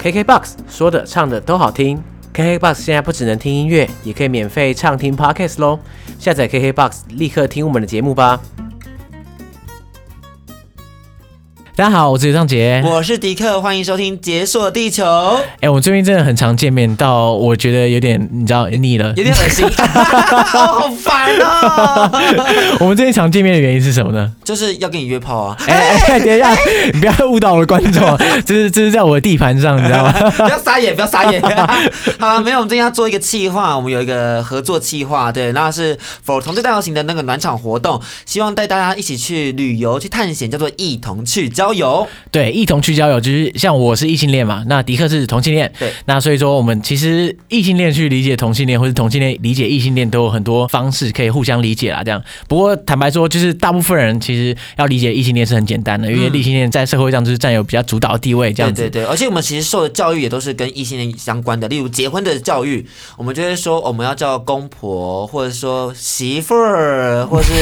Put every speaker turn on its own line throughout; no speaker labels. KKBOX 说的唱的都好听。KKBOX 现在不只能听音乐，也可以免费畅听 Podcast 喽。下载 KKBOX，立刻听我们的节目吧。大家好，我是刘尚杰。
我是迪克，欢迎收听《解锁地球》，
哎、我们最近真的很常见面，到我觉得有点你知道腻了。
有点恶心， 哦好烦 哦！
我们最近常见面的原因是什 么呢？
就是要跟你约炮啊！
哎、哎，等一下，你不要误导我的观众，啊这是这是在我的地盘上，你知道吗？
不要撒野，不要撒野。 好啊了，没有，我们今天要做一个企划，我们有一个合作企划，对，那是否同志大游行的那个暖场活动，希望带大家一起去旅游、去探险，叫做一同去郊游。
对，一同去交友，就是像我是异性恋嘛，那迪克是同性恋，
对，
那所以说我们其实异性恋去理解同性恋，或是同性恋理解异性恋，都有很多方式可以互相理解啦。这样，不过坦白说，就是大部分人其实要理解异性恋是很简单的，因为异性恋在社会上就是占有比较主导的地位，这样子。
对对对，而且我们其实受的教育也都是跟异性恋相关的，例如结婚的教育，我们就会说哦我们要叫公婆，或者说媳妇儿，或是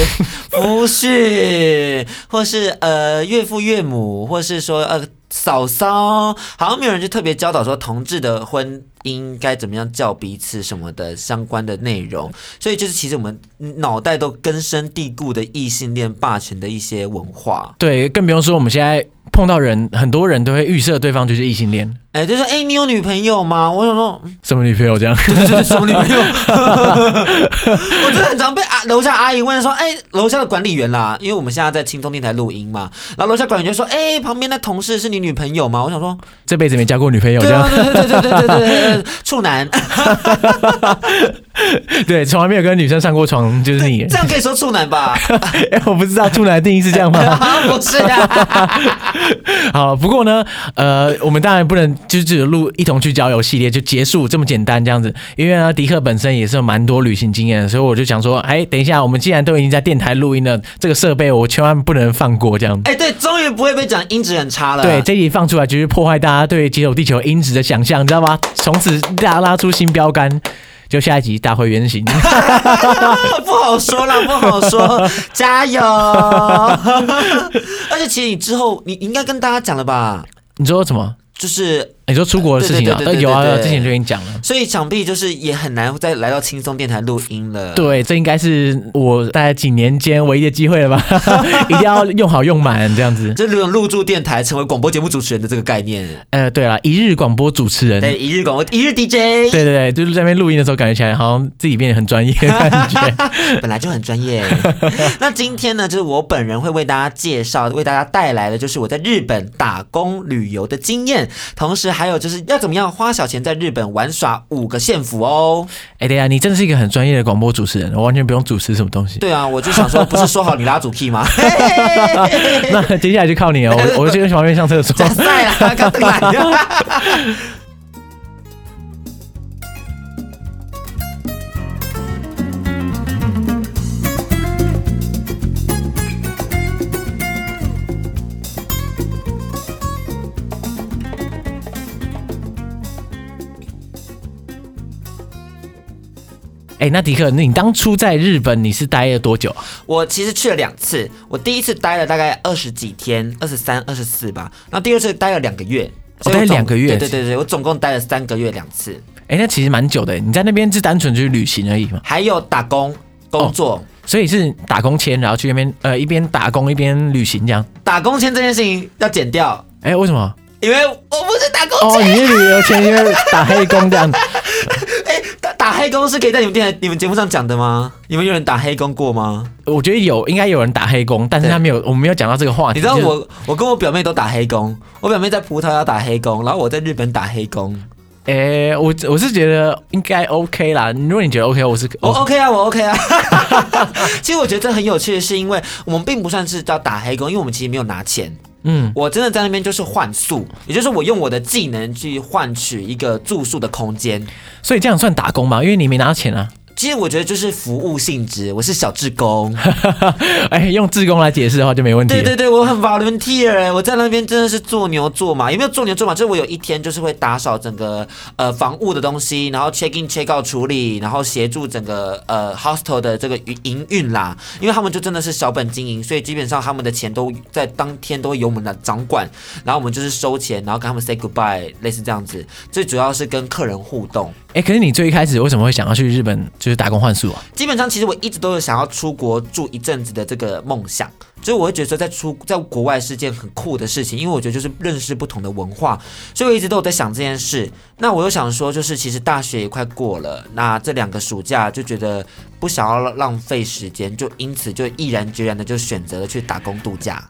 夫 婿，或是呃岳父岳母，或是说呃嫂嫂，好像没有人就特别教导说同志的婚。姻该怎么样叫彼此什么的相关的内容，所以就是其实我们脑袋都根深蒂固的异性恋霸权的一些文化。
对更不用说我们现在碰到人，很多人都会预设对方就是异性恋，
哎，就说哎，你有女朋友吗？我想说，嗯
什么女朋友这样。
就是什么女朋友？我真的很常被啊楼下阿姨问说，哎、楼下的管理员啦，因为我们现在在轻松电台录音嘛，然后楼下管理员就说，哎、旁边的同事是你女朋友吗？我想说，
这辈子没交过女朋友这
对
样
啊，，对对对对对对对对，处男，
对，从来没有跟女生上过床，就是你。
这样可以说处男吧？
哎、我不知道处男的定义是这样 吗？
啊，不是啊，
好，不过呢，呃，我们当然不能就只有录一同去郊游系列就结束这么简单这样子，因为呢，迪克本身也是有蛮多旅行经验的，所以我就想说，哎，等一下，我们既然都已经在电台录音了，这个设备我千万不能放过这样。
哎、对，终于不会被讲音质很差了。
对，这一集放出来就是破坏大家对解手地球音质的想象，你知道吗？从此大家拉出新标杆，就下一集打回原 形。
不好说啦，不好说，加油！而且其实你之后你你应该跟大家讲了吧，
你说什么？
就是
你说出国的事情啊？
对对
呃
对对对
有啊，
对对
之前就已经讲了。
所以想必就是也很难再来到轻松电台录音了。
对，这应该是我大概几年间唯一的机会了吧，一定要用好用满这样子。
这种入驻电台成为广播节目主持人的这个概念，
呃，对了，一日广播主持人，
对
对
一日广播一日 DJ，
对对，就是在那边录音的时候，感觉起来好像自己变得很专业的感觉。
本来就很专 业。那今天呢，就是我本人会为大家介绍、为大家带来的，就是我在日本打工旅游的经验，同时还有就是要怎么样花小钱在日本玩耍五个县府 哦。
哎，等一下，你真的是一个很专业的广播主持人，我完全不用主持什么东西。
对啊，我就想说，不是说好你拉主 key 吗？
那接下来就靠你了，我我就去旁边上厕所。
假赛啦，刚登来。
哎，那迪克，那你当初在日本你是待了多久啊？
我其实去了两次，我第一次待了大概二十几天，二十三、二十四吧，然后第二次待了两个月。所以
哦待
我总
两个月
对对对对，我总共待了三个月两次，
哎，那其实蛮久的，你在那边是单纯就是旅行而已嘛，
还有打工工作。
所以是打工签，然后去那边呃一边打工一边旅行这样。
打工签这件事情要剪掉，
哎，为什么？
因为我不是打工
哦，
签，
你是旅游签约打黑工这 样？
哎、打打黑工是可以在你们电台、你们节目上讲的吗？你们有人打黑工过吗？
我觉得有，应该有人打黑工，但是他没有，我们没有讲到这个话题。
你知道
哎就是
我，我跟我表妹都打黑工，我表妹在葡萄牙打黑工，然后我在日本打黑工。
诶、我我是觉得应该 OK 啦。如果你觉得 OK，我是
我
哦我、
OK 啊，我 OK 啊。 其实我觉得这很有趣的是，因为我们并不算是叫打黑工，因为我们其实没有拿钱。
嗯，
我真的在那边就是换宿，也就是我用我的技能去换取一个住宿的空间。
所以这样算打工嘛？因为你没拿到钱啊。
其实我觉得就是服务性质，我是小志工。
哎，用志工来解释的话就没问题了。
对对对，我很 volunteer，我在哎那边真的是做牛做马，也没有做牛做马，就是我有一天就是会打扫整个呃房屋的东西，然后 check in check out 处理，然后协助整个呃 hostel 的这个营营运啦，因为他们就真的是小本经营，所以基本上他们的钱都在当天都会由我们来掌管，然后我们就是收钱，然后跟他们 say goodbye，类似这样子，最主要是跟客人互动。
哎，可是你最一开始为什么会想要去日本就是打工换宿啊？
基本上，其实我一直都有想要出国住一阵子的这个梦想，所以我会觉得说在出在国外是件很酷的事情，因为我觉得就是认识不同的文化，所以我一直都有在想这件事。那我又想说，就是其实大学也快过了，那这两个暑假就觉得不想要浪费时间，就因此就毅然决然的就选择了去打工度假。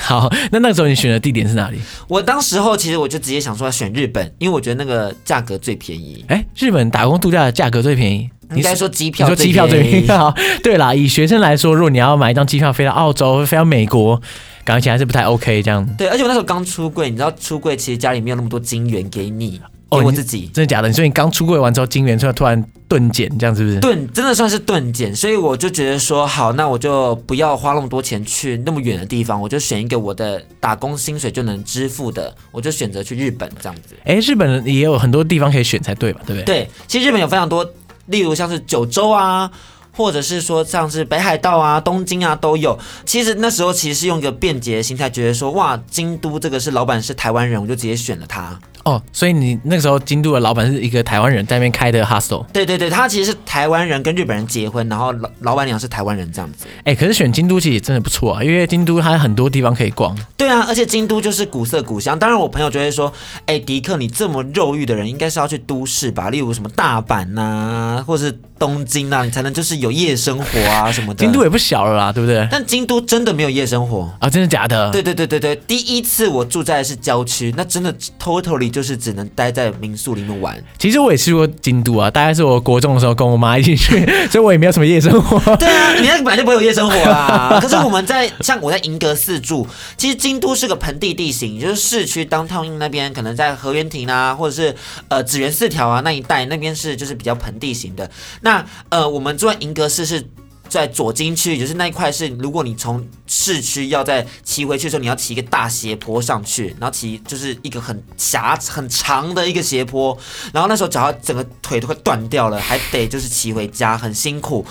好，那那个时候你选的地点是哪里？
我当时候其实我就直接想说要选日本，因为我觉得那个价格最便宜，
哎，日本打工度假的价格最便宜。
应该说机
你
票
说机票最
便
便宜。 好，对啦，以学生来说，如果你要买一张机票飞到澳洲、飞到美国，感觉起来是不太 OK 这样。
对，而且我那时候刚出柜，你知道出柜其实家里没有那么多金元给你，
哦
给我
你
自己。
真的假的？你说你刚出柜完之后，金元突然突然顿减，这样是不是？
顿真的算是顿减，所以我就觉得说，好，那我就不要花那么多钱去那么远的地方，我就选一个我的打工薪水就能支付的，我就选择去日本这样子。
哎，日本也有很多地方可以选才对吧？对不对？
对，其实日本有非常多，例如像是九州啊，或者是说像是北海道啊、东京啊都有。其实那时候其实是用一个便捷的心态，觉得说，哇，京都这个是老板是台湾人，我就直接选了他。
哦，所以你那个时候京都的老板是一个台湾人在那边开的 hostel。
对对对，他其实是台湾人跟日本人结婚，然后老老板娘是台湾人这样子。
哎，可是选京都其实也真的不错啊，因为京都它很多地方可以逛。
对啊，而且京都就是古色古香。当然，我朋友就会说：“哎，迪克，你这么肉欲的人，应该是要去都市吧？例如什么大阪呐、或是东京啊呐、你才能就是有夜生活啊什么的。”
京都，也不小了啦，对不对？
但京都真的没有夜生活。
啊，真的假的？
对对对对对，第一次我住在的是郊区，那真的 totally 就是只能待在民宿里面玩。
其实我也去过京都啊，大概是我国中的时候跟我妈一起 去，所以我也没有什么夜生活。
对啊，你那个本来就不会有夜生活 啦。可是我们在像我在银阁寺住，其实京都是个盆地地形，就是市区 downtown 那边，可能在河源亭啊，或者是呃紫园四条啊那一带，那边是就是比较盆地型的。那呃，我们住在银阁寺是。在左京区，也就是那一块是，如果你从市区要再骑回去的时候，你要骑一个大斜坡上去，然后骑就是一个很狭很长的一个斜坡，然后那时候脚要整个腿都快断掉了，还得就是骑回家，很辛苦。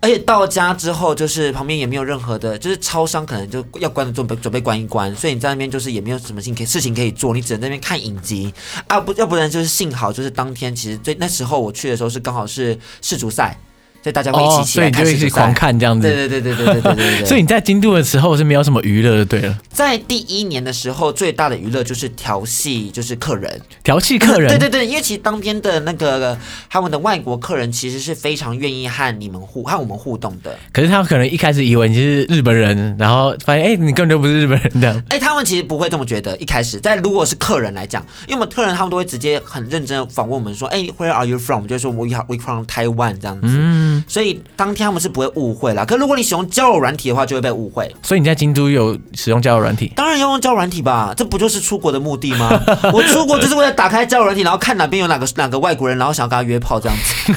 而且到家之后，就是旁边也没有任何的，就是超商可能就要关的准备准备关一关，所以你在那边就是也没有什么事情可以事情可以做，你只能在那边看影集啊，不要不然就是幸好就是当天其实最那时候我去的时候是刚好是世足赛，所以大家会一起啊起
哦所以
来
你
看
就
世
一
足
直
赛。
狂看这样子。
对对对对对对对对对。
所以你在京都的时候是没有什么娱乐的，对了，
在第一年的时候，最大的娱乐就是调戏，就是客人。
调戏客人。啊
对对对，因为其实当天的那个他们的外国客人其实是非常愿意和你们互和我们互动的。
可是他可能一开始以为你是日本人，然后发现哎、你根本就不是日本人这样。
哎、他们其实不会这么觉得。一开始，但如果是客人来讲，因为我们客人他们都会直接很认真地访问我们说，哎、w h e r e are you from？我们就会说 we are we from Taiwan 这样子。所以当天他们是不会误会啦。可如果你使用交友软体的话，就会被误会。
所以你在京都有使用交友软体。
当然要用交友软体吧，这不就是出国的目的吗？ 我出国就是为了打开交友软体，然后看哪边有哪个哪个外国人，然后想要跟他约炮这样子。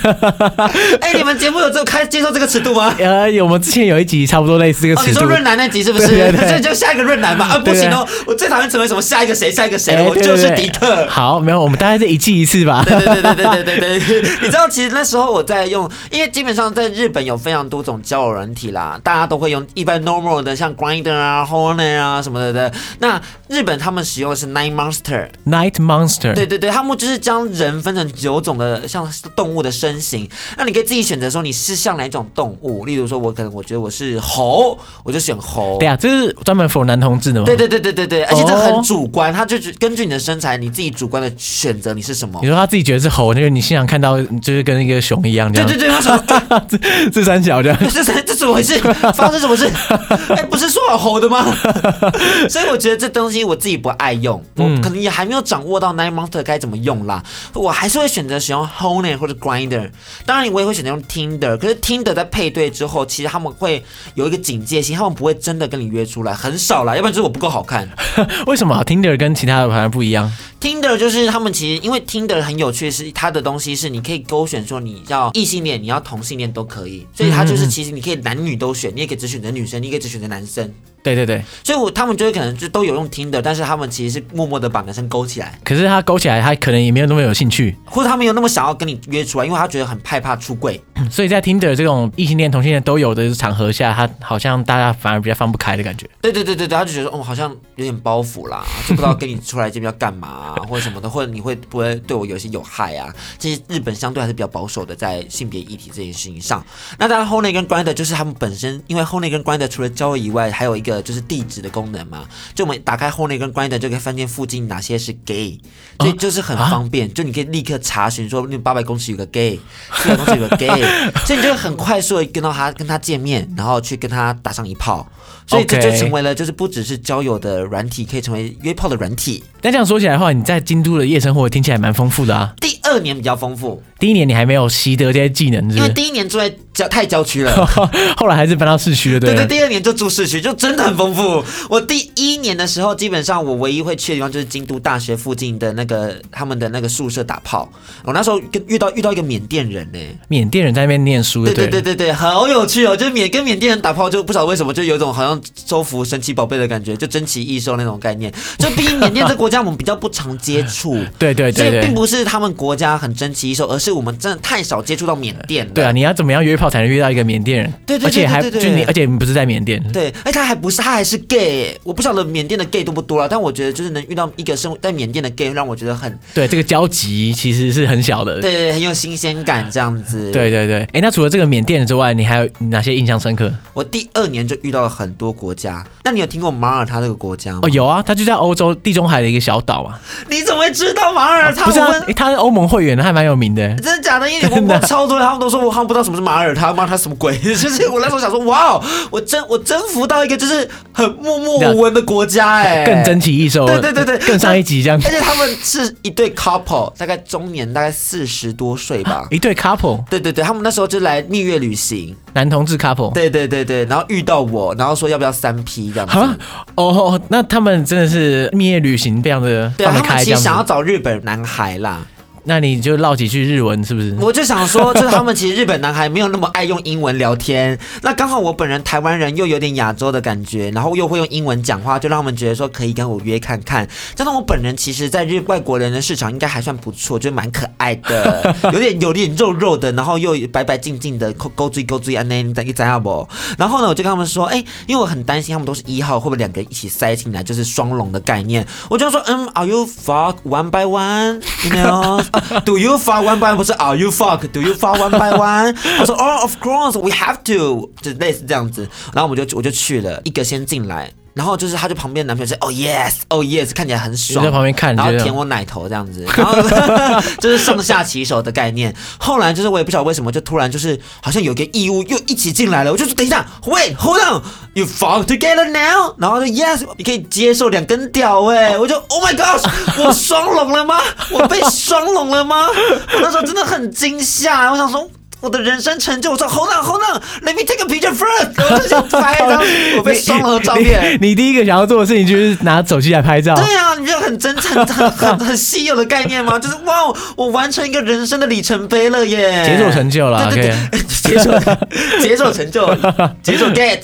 哎、你们节目有这开接受这个尺度吗？
呃，有我们之前有一集差不多类似这个
哦，
尺
你说
度。
润南那集是不是？
对对对
所以就下一个润南吧。啊，不
对对
行哦，我最讨厌成为什么下一个谁下一个谁了，
哎
我
对对
就是
对
迪克。
好，没有，我们大概是一季一次吧。
对对对对对对对对，你 知道，其实那时候我在用，因为基本上在日本有非常多种交友软体啦，大家都会用一般 normal 的，像 Grinder 啊、Hornet 啊什么的的。那日本他们使用的是 Nine Monster，
Night Monster。
对对对，他们就是将人分成九种的，像是动物的身形。那你可以自己选择说你是像哪一种动物，例如说，我可能我觉得我是猴，我就选猴。
对啊，这是专门 for 男同志的吗？
对对对对对对，而且这
哦
很主观，它就是根据你的身材，你自己主观的选择你是什么
你。说他自己觉得是猴，那个你现场看到就是跟一个熊一样这
对
样，
对对，他说
这三小 这样。
这是这怎么回事？发生什么事？哎、不是说好猴的吗？ 所以我觉得这东西我自己不爱用，我可能也还没有掌握到 Nine Monster 该怎么用啦。我还是会选择使用 h o n e t 或者 Grinder，当然我也会选择用 Tinder。可是 Tinder 在配对之后，其实他们会有一个警戒心，他们不会真的跟你约出来，很少啦。要不然就是我不够好看。
为什么 Tinder 跟其他的好像不一样？
Tinder 就是他们其实因为 Tinder 很有趣，是它的东西是你可以勾选说你要异性恋，你要同性恋都可以，所以他就是其实你可以男女都选，你也可以只选择女生，你也可以只选择男生。
对对对，
所以我他们就会可能就都有用听的，但是他们其实是默默的把男生勾起来，
可是他勾起来，他可能也没有那么有兴趣，
或者他没有那么想要跟你约出来，因为他觉得很害怕出柜。
所以在 Tinder 这种异性恋、同性恋都有的场合下，他好像大家反而比较放不开的感觉。
对对对对对，他就觉得哦，好像有点包袱啦，就不知道跟你出来这边要干嘛、啊 或者什么的，或者你会不会对我有一些有害啊？这些日本相对还是比较保守的，在性别议题这件事情上。那当然后内跟关的，就是他们本身，因为后内跟关的除了交易以外，还有一个就是地址的功能嘛。就我们打开后内跟关的，就可以发现附近哪些是 gay，所以就是很方便，就你可以立刻查询说，那八百公尺有个 gay，四百公尺有个 gay，所以你就很快速的跟到他，跟他见面，然后去跟他打上一炮。所以这就
OK
成为了就是不只是交友的软体，可以成为约炮的软体。
但这样说起来的话，你在京都的夜生活听起来蛮丰富的啊。
第二年比较丰富，
第一年你还没有习得这些技能，
因
是不
为
是？
第一年住在郊太郊区了。
后来还是搬到市区了，对
对
不
对，第二年就住市区，就真的很丰富。我第一年的时候，基本上我唯一会去的地方就是京都大学附近的那个他们的那个宿舍打炮。我那时候跟遇到遇到一个缅甸人呢、
缅甸人在那边念书，
对对
对了
对对对，好有趣哦！就是缅跟缅甸人打炮，就不知道为什么就有一种好像收服神奇宝贝的感觉，就珍奇异兽那种概念。就毕竟缅甸这国家我们比较不常接 触，
对哎对
所
对
以
对
并不是他们国家很珍奇异兽，而是我们真的太少接触到缅甸了。
对啊！你要怎么样约炮才能约到一个缅甸人？
对对对
而且还
对
就
对对
你，而且你不是在缅甸，
对，哎，他还不是，他还是 gay。我不晓得缅甸的 gay 多不多啦，但我觉得就是能遇到一个生活在缅甸的 gay，让我觉得很
对这个交集其实是很小的。
对对，很有新鲜感这样子。，
对对对，哎，那除了这个缅甸人之外，你还有哪些印象深刻？
我第二年就遇到了很多国家。那你有听过马耳他这个国家吗？
哦，有啊，他就在欧洲地中海的一个小岛啊。
你怎么会知道马耳他？
不是
我
啊
问，
诶他是欧盟会员，还蛮有名的。
真的假的？因为我问过超多人，他们都说我好像不知道什么是马耳他，马耳他什么鬼？ 就是我那时候想说，哇哦，我征我征服到一个就是很默默无闻的国家、哎，
更珍。奇异兽，
对对对对
更上一级这样
而。且他们是一对 couple，大概中年，大概四十多岁吧。
一对 couple，
对对对，他们那时候就来蜜月旅行，
男同志 couple。
对对对对，然后遇到我，然后说要不要三 P 这样
啊
子。，
哦，那他们真的是蜜月旅行非常的
对
放
啊，
得
他们
开这
其
样
实想要
子。
找日本男孩啦，
那你就唠几句日文是不是？
我就想说，就是他们其实日本男孩没有那么爱用英文聊天，那刚好我本人台湾人又有点亚洲的感觉，然后又会用英文讲话，就让他们觉得说可以跟我约看看。加上我本人其实，在日外国人的市场应该还算不错，就蛮可爱的，有点有点肉肉的，然后又白白净净的，勾勾追勾追啊那你知道不？然后呢，我就跟他们说，哎、因为我很担心他们都是一号，会不会两个人一起塞进来，就是双龙的概念。我就说，嗯，Are you fuck one by one？You know，Do you fuck one by one？不是 Are you fuck？Do you fuck one by one？我说，Oh of course we have to，就类似这样子。然后我们就我就去了，一个先进来。然后就是，他就旁边的男朋友说，Oh yes，Oh yes，看起来很爽，
你在旁边看
然后
你觉得
舔我奶头这样子，然后 就是上下其手的概念。后来就是我也不晓得为什么，就突然就是好像有个义乌又一起进来了，我就说等一下，Wait hold on，you fuck together now，然后就 Yes，你可以接受两根屌哎、我就 Oh my God，我双龙了吗？我被双龙了吗？我那时候真的很惊吓，我想说。我的人生成就，我说 Hold on，Hold on，Let me take a picture first，我就想拍一张我被双龙的照片。
你。你 第一个想要做的事情就是拿手机来拍照。
对啊，你不觉得很真诚、很很很稀有的概念吗？就是哇，我完成一个人生的里程碑了耶！
解锁成就了
对对对，解锁解锁成就，解锁 get。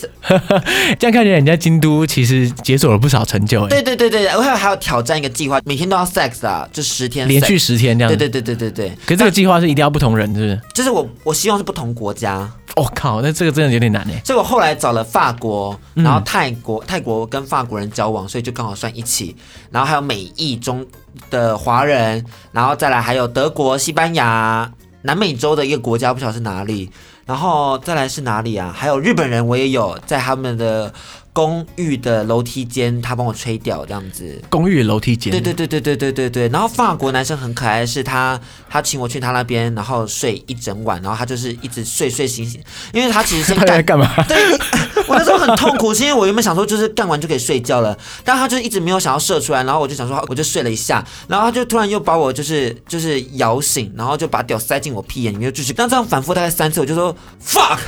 这样看起来，你在京都其实解锁了不少成就，哎，
对对对对，然后还有挑战一个计划，每天都要 sex 啊，就十天 sex
连续。十天这样。
对对对对对对，
可是这个计划是一定要不同人，是不是？
就是我我希望是不同国家，
我、靠，那这个真的有点难哎。
所以我后来找了法国，然后泰国，泰国跟法国人交往，所以就刚好算一起。然后还有美裔中的华人，然后再来还有德国、西班牙、南美洲的一个国家，不晓得是哪里。然后再来是哪里啊？还有日本人，我也有在他们的公寓的楼梯间，他帮我吹掉这样子。
公寓楼梯间，
对对对对对对对对。然后法国男生很可爱，是他他请我去他那边，然后睡一整晚，然后他就是一直睡睡醒醒，因为他其实 先
他在
干
干嘛？
对， 我那时候很痛苦，是因为我原本想说就是干完就可以睡觉了，但他就是一直没有想要射出来，然后我就想说我就睡了一下，然后他就突然又把我就是就是摇醒，然后就把屌塞进我屁眼里面，就继续，但这样反复大概三次，我就说 fuck。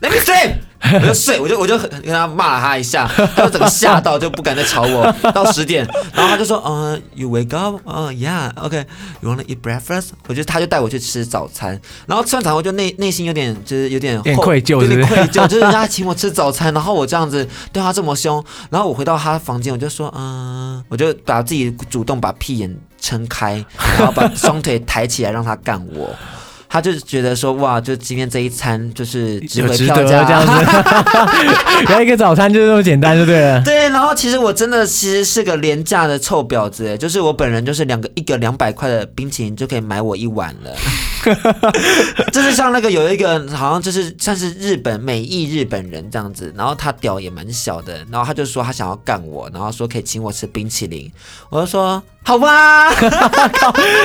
，Let me sleep。我就睡，我就我就很跟他骂了他一下，他就整个吓到，就不敢再吵我。到十点，然后他就说，嗯、y o u wake up，嗯、y e a h o k y o u wanna eat breakfast？我就他就带我去吃早餐，然后吃完早餐我就内内心有点就是有点
有点
后
愧疚
有
是
点
不是
愧疚，就是人家请我吃早餐，然后我这样子对他这么凶，然后我回到他房间，我就说，嗯、我就把自己主动把屁眼撑开，然后把双腿抬起来让他干我。他就觉得说哇，就今天这一餐就是值
有
回
值
票
得
价
这样子， 原来一个早餐就是这么简单，就对了。
对，然后其实我真的其实是个廉价的臭婊子，哎，就是我本人就是两个一个两百块的冰淇淋就可以买我一碗了， 就是像那个有一个好像就是像是日本美裔日本人这样子，然后他屌也蛮小的，然后他就说他想要干我，然后说可以请我吃冰淇淋，我就说好吧，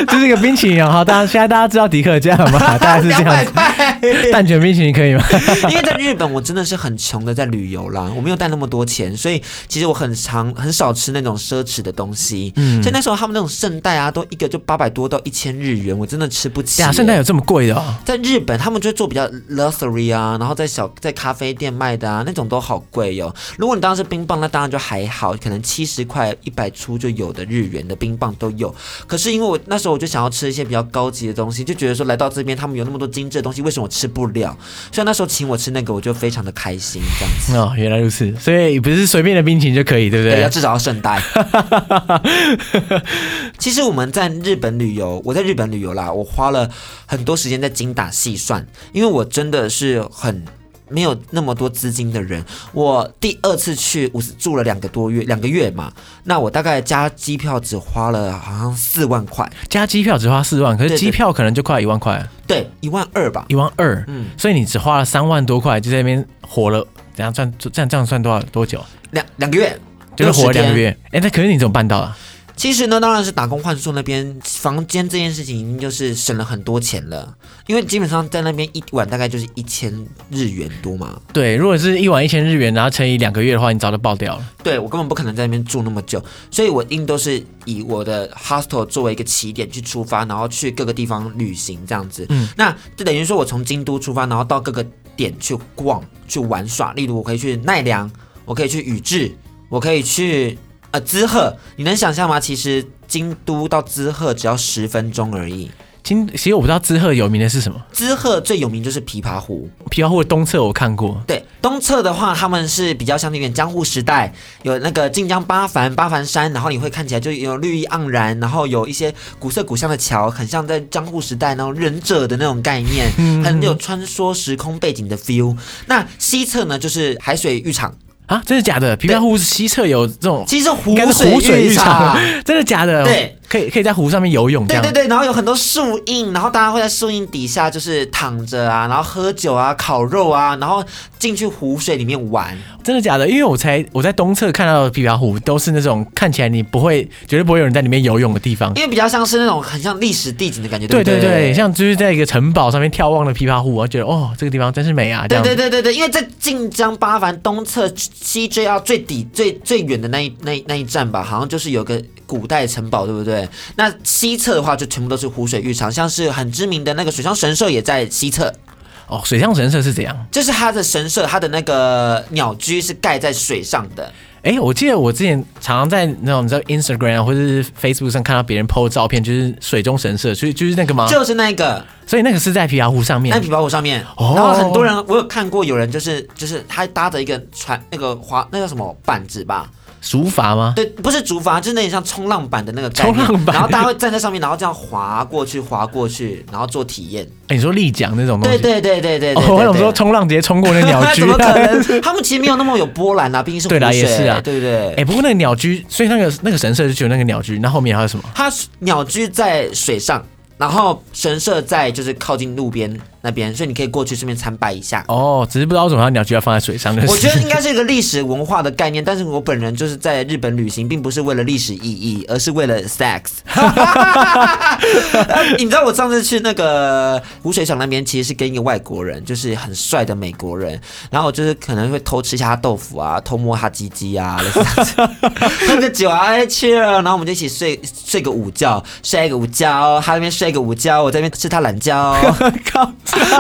这是一个冰淇淋啊、好，大家现在大家知道迪克的价 了吗？ 大概是这
两
样
百
子。
块，
蛋卷冰淇淋 可以吗？
因为在日本我真的是很穷的，在旅游啦，我没有带那么多钱，所以其实我很常很少吃那种奢侈的东西。嗯，所以那时候他们那种圣代啊，都一个就八百多到一千日元，我真的吃不起
对啊，
耶。
圣诞有这么贵的、哦？
在日本，他们就会做比较 luxury 啊，然后在小在咖啡店卖的啊，那种都好贵哟、如果你当时冰棒，那当然就还好，可能七十块、一百出就有的日元的冰棒都有。可是因为我那时候我就想要吃一些比较高级的东西，就觉得说来到这边他们有那么多精致的东西，为什么我吃不了？所以那时候请我吃那个，我就非常的开心，这样子。
哦，原来如此，所以不是随便的冰淇淋就可以，对不
对，啊
对
要？至少要圣代。 其实我们在日本旅游，我在日本旅游啦，我花了很多时间在精打细算，因为我真的是很。没有那么多资金的人，我第二次去，我是住了两个多月，两个月嘛，那我大概加机票只花了好像四万块，
加机票只花四万，可是
对对
机票可能就快一万块，
对，一万二吧，
一万二。
嗯
所以你只花了三万多块，就在那边活了，怎样算？这样这样算多少多久？
两两个月，
就是活
60
了
天
两个。月。哎，那可是你怎么办到啊？
其实呢，当然是打工换宿那边房间这件事情，已经就是省了很多钱了，因为基本上在那边一晚大概就是一千日元多嘛。
对，如果是一晚一千日元，然后乘以两个月的话，你早就爆掉了。
对我根本不可能在那边住那么久，所以我一定都是以我的 hostel 作为一个起点去出发，然后去各个地方旅行这样子。
嗯
嗯，那就等于说我从京都出发，然后到各个点去逛、去玩耍。例如，我可以去奈良，我可以去宇治，我可以去呃滋贺。你能想象吗？其实京都到滋贺只要十分钟而已。
今其实我不知道知鹤有名的是什么，
滋贺最有名就是琵琶湖，
琵琶湖的东侧我看过，
对，东侧的话，他们是比较像那点江户时代，有那个晋江八幡、八幡山，然后你会看起来就有绿意盎然，然后有一些古色古香的桥，很像在江户时代那种忍者的那种概念，
嗯
很有穿梭时空背景的 feel。那西侧呢，就是海水浴场，
啊，真的假的？琵琶湖西侧有这种，
其实是湖
应该是
水
湖水浴
场
场，， 真的假的？
对，
可以可以在湖上面游泳这
对
样
对。对，然后有很多树荫，然后大家会在树荫底下就是躺着啊，然后喝酒啊、烤肉啊，然后进去湖水里面玩。
真的假的？因为我才我在东侧看到的琵琶湖都是那种看起来你不会绝对不会有人在里面游泳的地方。
因为比较像是那种很像历史地景的感觉，
对
不对
对对，像就是在一个城堡上面眺望的琵琶湖，我觉得哦，这个地方真是美啊！这
对
样
对对对对，因为在晋江八幡东侧 CJR 最底最最远的那一那一那一站吧，好像就是有个古代城堡，对不对？那西侧的话就全部都是湖水浴场，像是很知名的那个水上神社也在西侧，
哦，水上神社是怎样？
就是它的神社，它的那个鸟居是盖在水上的。
哎，我记得我之前常常在那种你知道 Instagram 啊或者是 Facebook 上看到别人 PO 照片，就是水中神社，所以就是那个吗？
就是哎那个
所以那个是在琵琶湖上啊面
那。皮包湖上面，
哦
然后很多人，我有看过有人就是就是他搭着一个船，那个划那叫什么板子吧，
竹筏吗？
对，不是竹筏，就是那种像冲浪板的那个概念
冲浪板
然后大家会站在上面，然后这样滑过去，滑过去，然后做体验。
哎你说立桨那种东
对
西？
对对对对对
哦，我想说冲浪直接冲过那 鸟居
怎。么可能？他们其实没有那么有波澜啊，毕竟是湖
对
水，
啦也是啊
对不对？
哎，不过那个鸟居，所以那个那个神社就只有那个鸟居，那后面还有什么？
它鸟居在水上，然后神社在就是靠近路边那边，所以你可以过去顺便参拜一下。
哦，只是不知道为什么它鸟居要放在水上。 就是
我觉得应该是一个历史文化的概念，但是我本人就是在日本旅行，并不是为了历史意义，而是为了 sex。呃你知道我上次去那个湖水厂那边，其实是跟一个外国人，就是很帅的美国人，然后我就是可能会偷吃一下他豆腐啊，偷摸他鸡鸡 啊，类似这样子喝个酒啊，哎去了，然后我们就一起睡 睡个午觉，睡个午觉，他那边睡个午觉，我在那边吃他懒觉。
靠，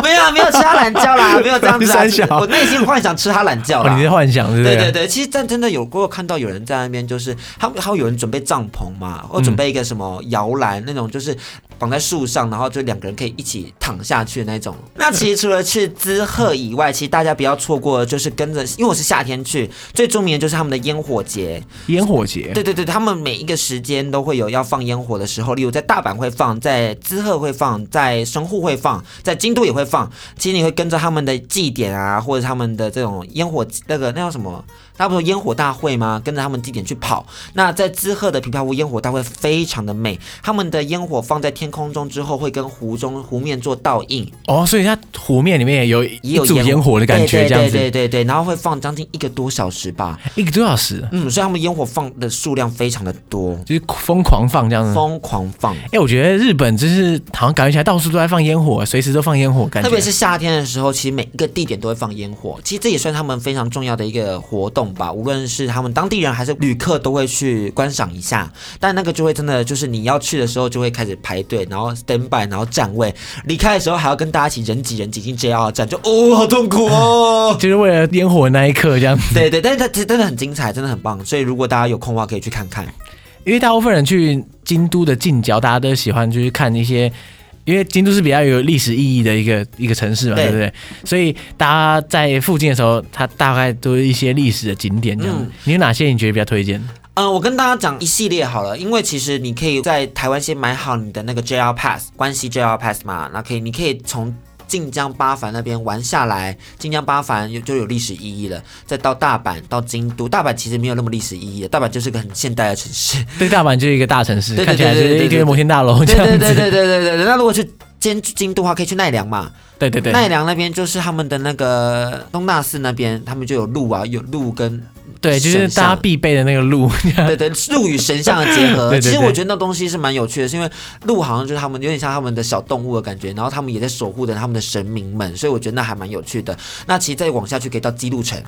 没有啊没有吃他懒觉啦，没有 这样子啊
三小。
我内心幻想吃他懒觉
哦，
啦
你。是幻想是不是？
对对对，其实但真的有过看到有人在那边，就是他们还会有人准备帐篷嘛，或准备一个什么摇篮、那种，就是绑在树上，然后就两个人可以一起躺下去的那种。那其实除了去滋贺以外，其实大家不要错过，就是跟着，因为我是夏天去，最著名的就是他们的烟火节。
烟火节，
对对对，他们每一个时间都会有要放烟火的时候，例如在大阪会放，在滋贺会放，在神户会放，在京都也会放。其实你会跟着他们的祭典啊，或者他们的这种烟火那个那叫什么？他不是有烟火大会吗？跟着他们祭典去跑。那在滋贺的琵琶湖烟火大会非常的美，他们的烟火放在天空中之后，会跟湖中湖面做倒映，
哦，所以它湖面里面也有
也
一
有
组烟火的感觉，
对
这样
对对
子，
对对对，然后会放将近一个多小时吧。
一个多小时，
嗯，所以他们烟火放的数量非常的多。
就是疯狂放这样子。
疯狂放，
哎，我觉得日本就是好像感觉起来到处都在放烟火，随时都放烟火，感觉
特别是夏天的时候，其实每一个地点都会放烟火，其实这也算他们非常重要的一个活动吧。无论是他们当地人还是旅客，都会去观赏一下。但那个就会真的就是你要去的时候，就会开始排队，然后 stand by，然后站位，离开的时候还要跟大家一起人挤人挤进 JR 站，就哦好痛苦 哦。
就是为了烟火的那一刻这样子。
对对，但是它其实真的很精彩，真的很棒。所以如果大家有空的话，可以去看看。
因为大部分人去京都的近郊，大家都喜欢就是看一些，因为京都是比较有历史意义的一个一个城市嘛，
对
对不对？所以大家在附近的时候，它大概都是一些历史的景点这样子。
嗯
你有哪些你觉得比较推荐？
嗯，我跟大家讲一系列好了，因为其实你可以在台湾先买好你的那个 JR Pass，关西 JR Pass 嘛，那可以，你可以从。晋江八幡那边玩下来，晋江八幡有就有历史意义了。再到大阪，到京都，大阪其实没有那么历史意义了，大阪就是个很现代的城市。
对，大阪就是一个大城市，
对对
看起来就
对对
是
对
一堆
对
摩天大楼这
对
样
对
子。
对对对对对。那如果去京京都的话，可以去奈良嘛。
对对对
奈良那边就是他们的那个东大寺那边，他们就有鹿啊，有鹿跟
对就是
神像
大家必备的那个路。
对对，鹿与神像的结合。
对对对
其实我觉得那东西是蛮有趣的，是因为鹿好像就是他们有点像他们的小动物的感觉，然后他们也在守护着他们的神明们，所以我觉得那还蛮有趣的。那其实再往下去可以到姬路城，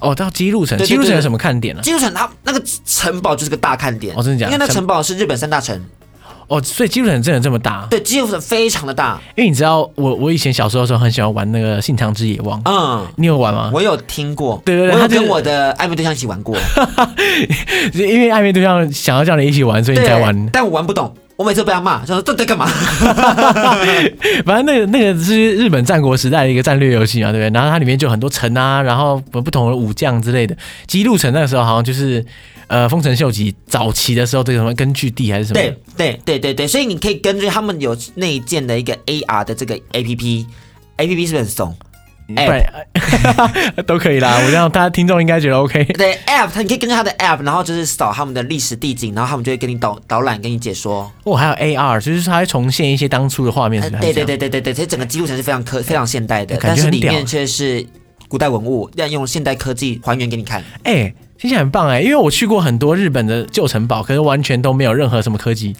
哦，到姬路城，
对对对
姬路城有什么看点呢、
姬路城它那个城堡就是个大看点，
哦真的假的
因为那城堡是日本三大城，
哦，所以姬路城真的这么大？
对，姬路城非常的大，
因为你知道我我以前小时候的时候很喜欢玩那个《信长之野望》，
嗯。
你有玩吗？
我有听过，
对对对
我
它
有
就是
跟我的暧昧对象一起玩过，
因为暧昧对象想要叫你一起玩，所以你才玩
对，。但我玩不懂，我每次都被他骂，说这在干嘛？
反正那个那个是日本战国时代的一个战略游戏嘛，对不对？然后它里面就有很多城啊，然后不同的武将之类的。姬路城那个时候好像就是呃丰臣秀吉早期的时候，这个什么根据地还是什么？
对对对对对，所以你可以根据他们有内建的一个 AR 的这个 APP。A P P 是不是很怂？嗯
不
哎
然， 都可以啦。我让大家听众应该觉得 OK。
对 App，它你可以根据它的 App，然后就是扫他们的历史地景，然后他们就会给你导导览，跟你解说。
哦，还有 AR，就是它会重现一些当初的画面，
呃
是不是
对对，对对对对，所哎以整个记录城是非常科非常现代的，
感
但
觉
是
很
里
屌
面却是古代文物，要用现代科技还原给你看。
哎、听起来很棒哎、因为我去过很多日本的旧城堡，可是完全都没有任何什么科技，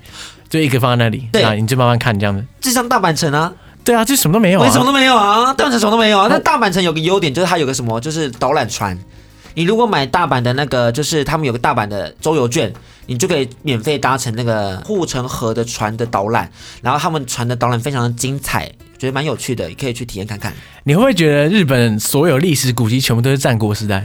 就一个放在那里，
对
啊，你就慢慢看这样子。
就像大阪城啊，
对啊，就什么都没有、啊，
我什么都没有啊，大阪城什么都没有啊。
那
那大阪城有个优点就是它有个什么，就是导览船。你如果买大阪的那个，就是他们有个大阪的周游券，你就可以免费搭乘那个护城河的船的导览，然后他们船的导览非常的精彩，觉得蛮有趣的，也可以去体验看看。
你会不会觉得日本所有历史古迹全部都是战国时代，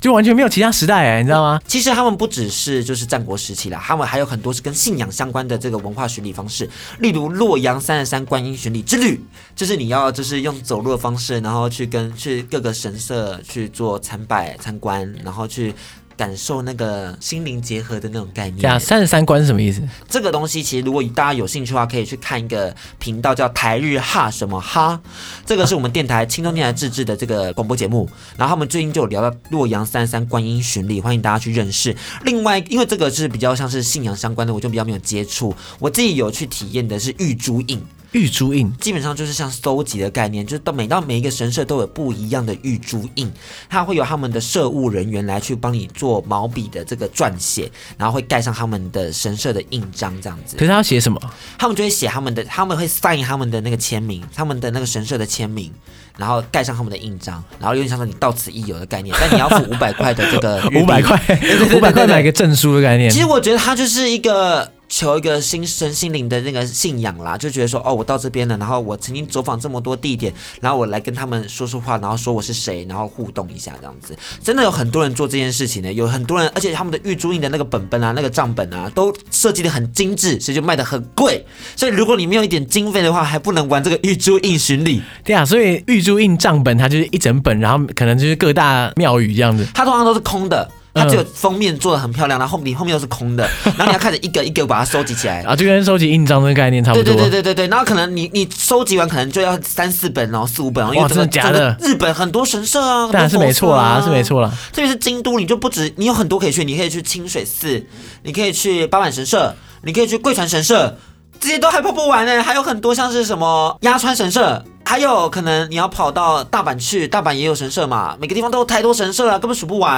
就完全没有其他时代哎、你知道吗？
其实他们不只是就是战国时期啦，他们还有很多是跟信仰相关的这个文化巡礼方式，例如洛阳三十三观音巡礼之旅，就是你要就是用走路的方式，然后去跟去各个神社去做参拜参观，然后去。感受那个心灵结合的那种概
这样
念，
三十三关是什么意思？
这个东西其实如果大家有兴趣的话，可以去看一个频道叫台日哈什么哈，这个是我们电台青松电台自制的这个广播节目。然后他们最近就有聊到洛阳三三观音巡礼，欢迎大家去认识。另外，因为这个是比较像是信仰相关的，我就比较没有接触。我自己有去体验的是玉珠印，
玉珠印
基本上就是像搜集的概念，就是到每到每一个神社都有不一样的玉珠印，它会有他们的社务人员来去帮你做毛笔的这个撰写，然后会盖上他们的神社的印章这样子
可。是他要写什么？
他们就会写他们的，他们会 sign 他们的那个签名，他们的那个神社的签名，然后盖上他们的印章，然后有点像是你到此一游的概念，但你要付五百块的这个日币
五百。块，
对对对
五百块
对对
买个证书的概念
其。实我觉得它就是一个求一个心身心灵的那个信仰啦，就觉得说哦，我到这边了，然后我曾经走访这么多地点，然后我来跟他们说说话，然后说我是谁，然后互动一下这样子。真的有很多人做这件事情呢，有很多人，而且他们的玉珠印的那个本本啊，那个账本啊，都设计的很精致，所以就卖的很贵。所以如果你没有一点经费的话，还不能玩这个玉珠印巡礼。
对啊，所以玉珠印账本它就是一整本，然后可能就是各大庙宇这样子。
它通常都是空的，它只有封面做的很漂亮，然后后面后面都是空的，然后你要开始一个一个把它收集起来。
啊，就跟收集印章这个概念差不
对
多。
对对对对对，然后可能你你收集完可能就要三四本哦，四五本哦，因为
哇
整个
真的假的
整个日本很多神社啊，
当然是没错
很
啦，是
多佛
没
寺啊。
错啦。
特别是京都，你就不止，你有很多可以去，你可以去清水寺，你可以去八坂神社，你可以去贵船神社，这些都还跑不完呢、欸还有很多像是什么鸭川神社，还有可能你要跑到大阪去，大阪也有神社嘛，每个地方都有太多神社了、啊根本数不完、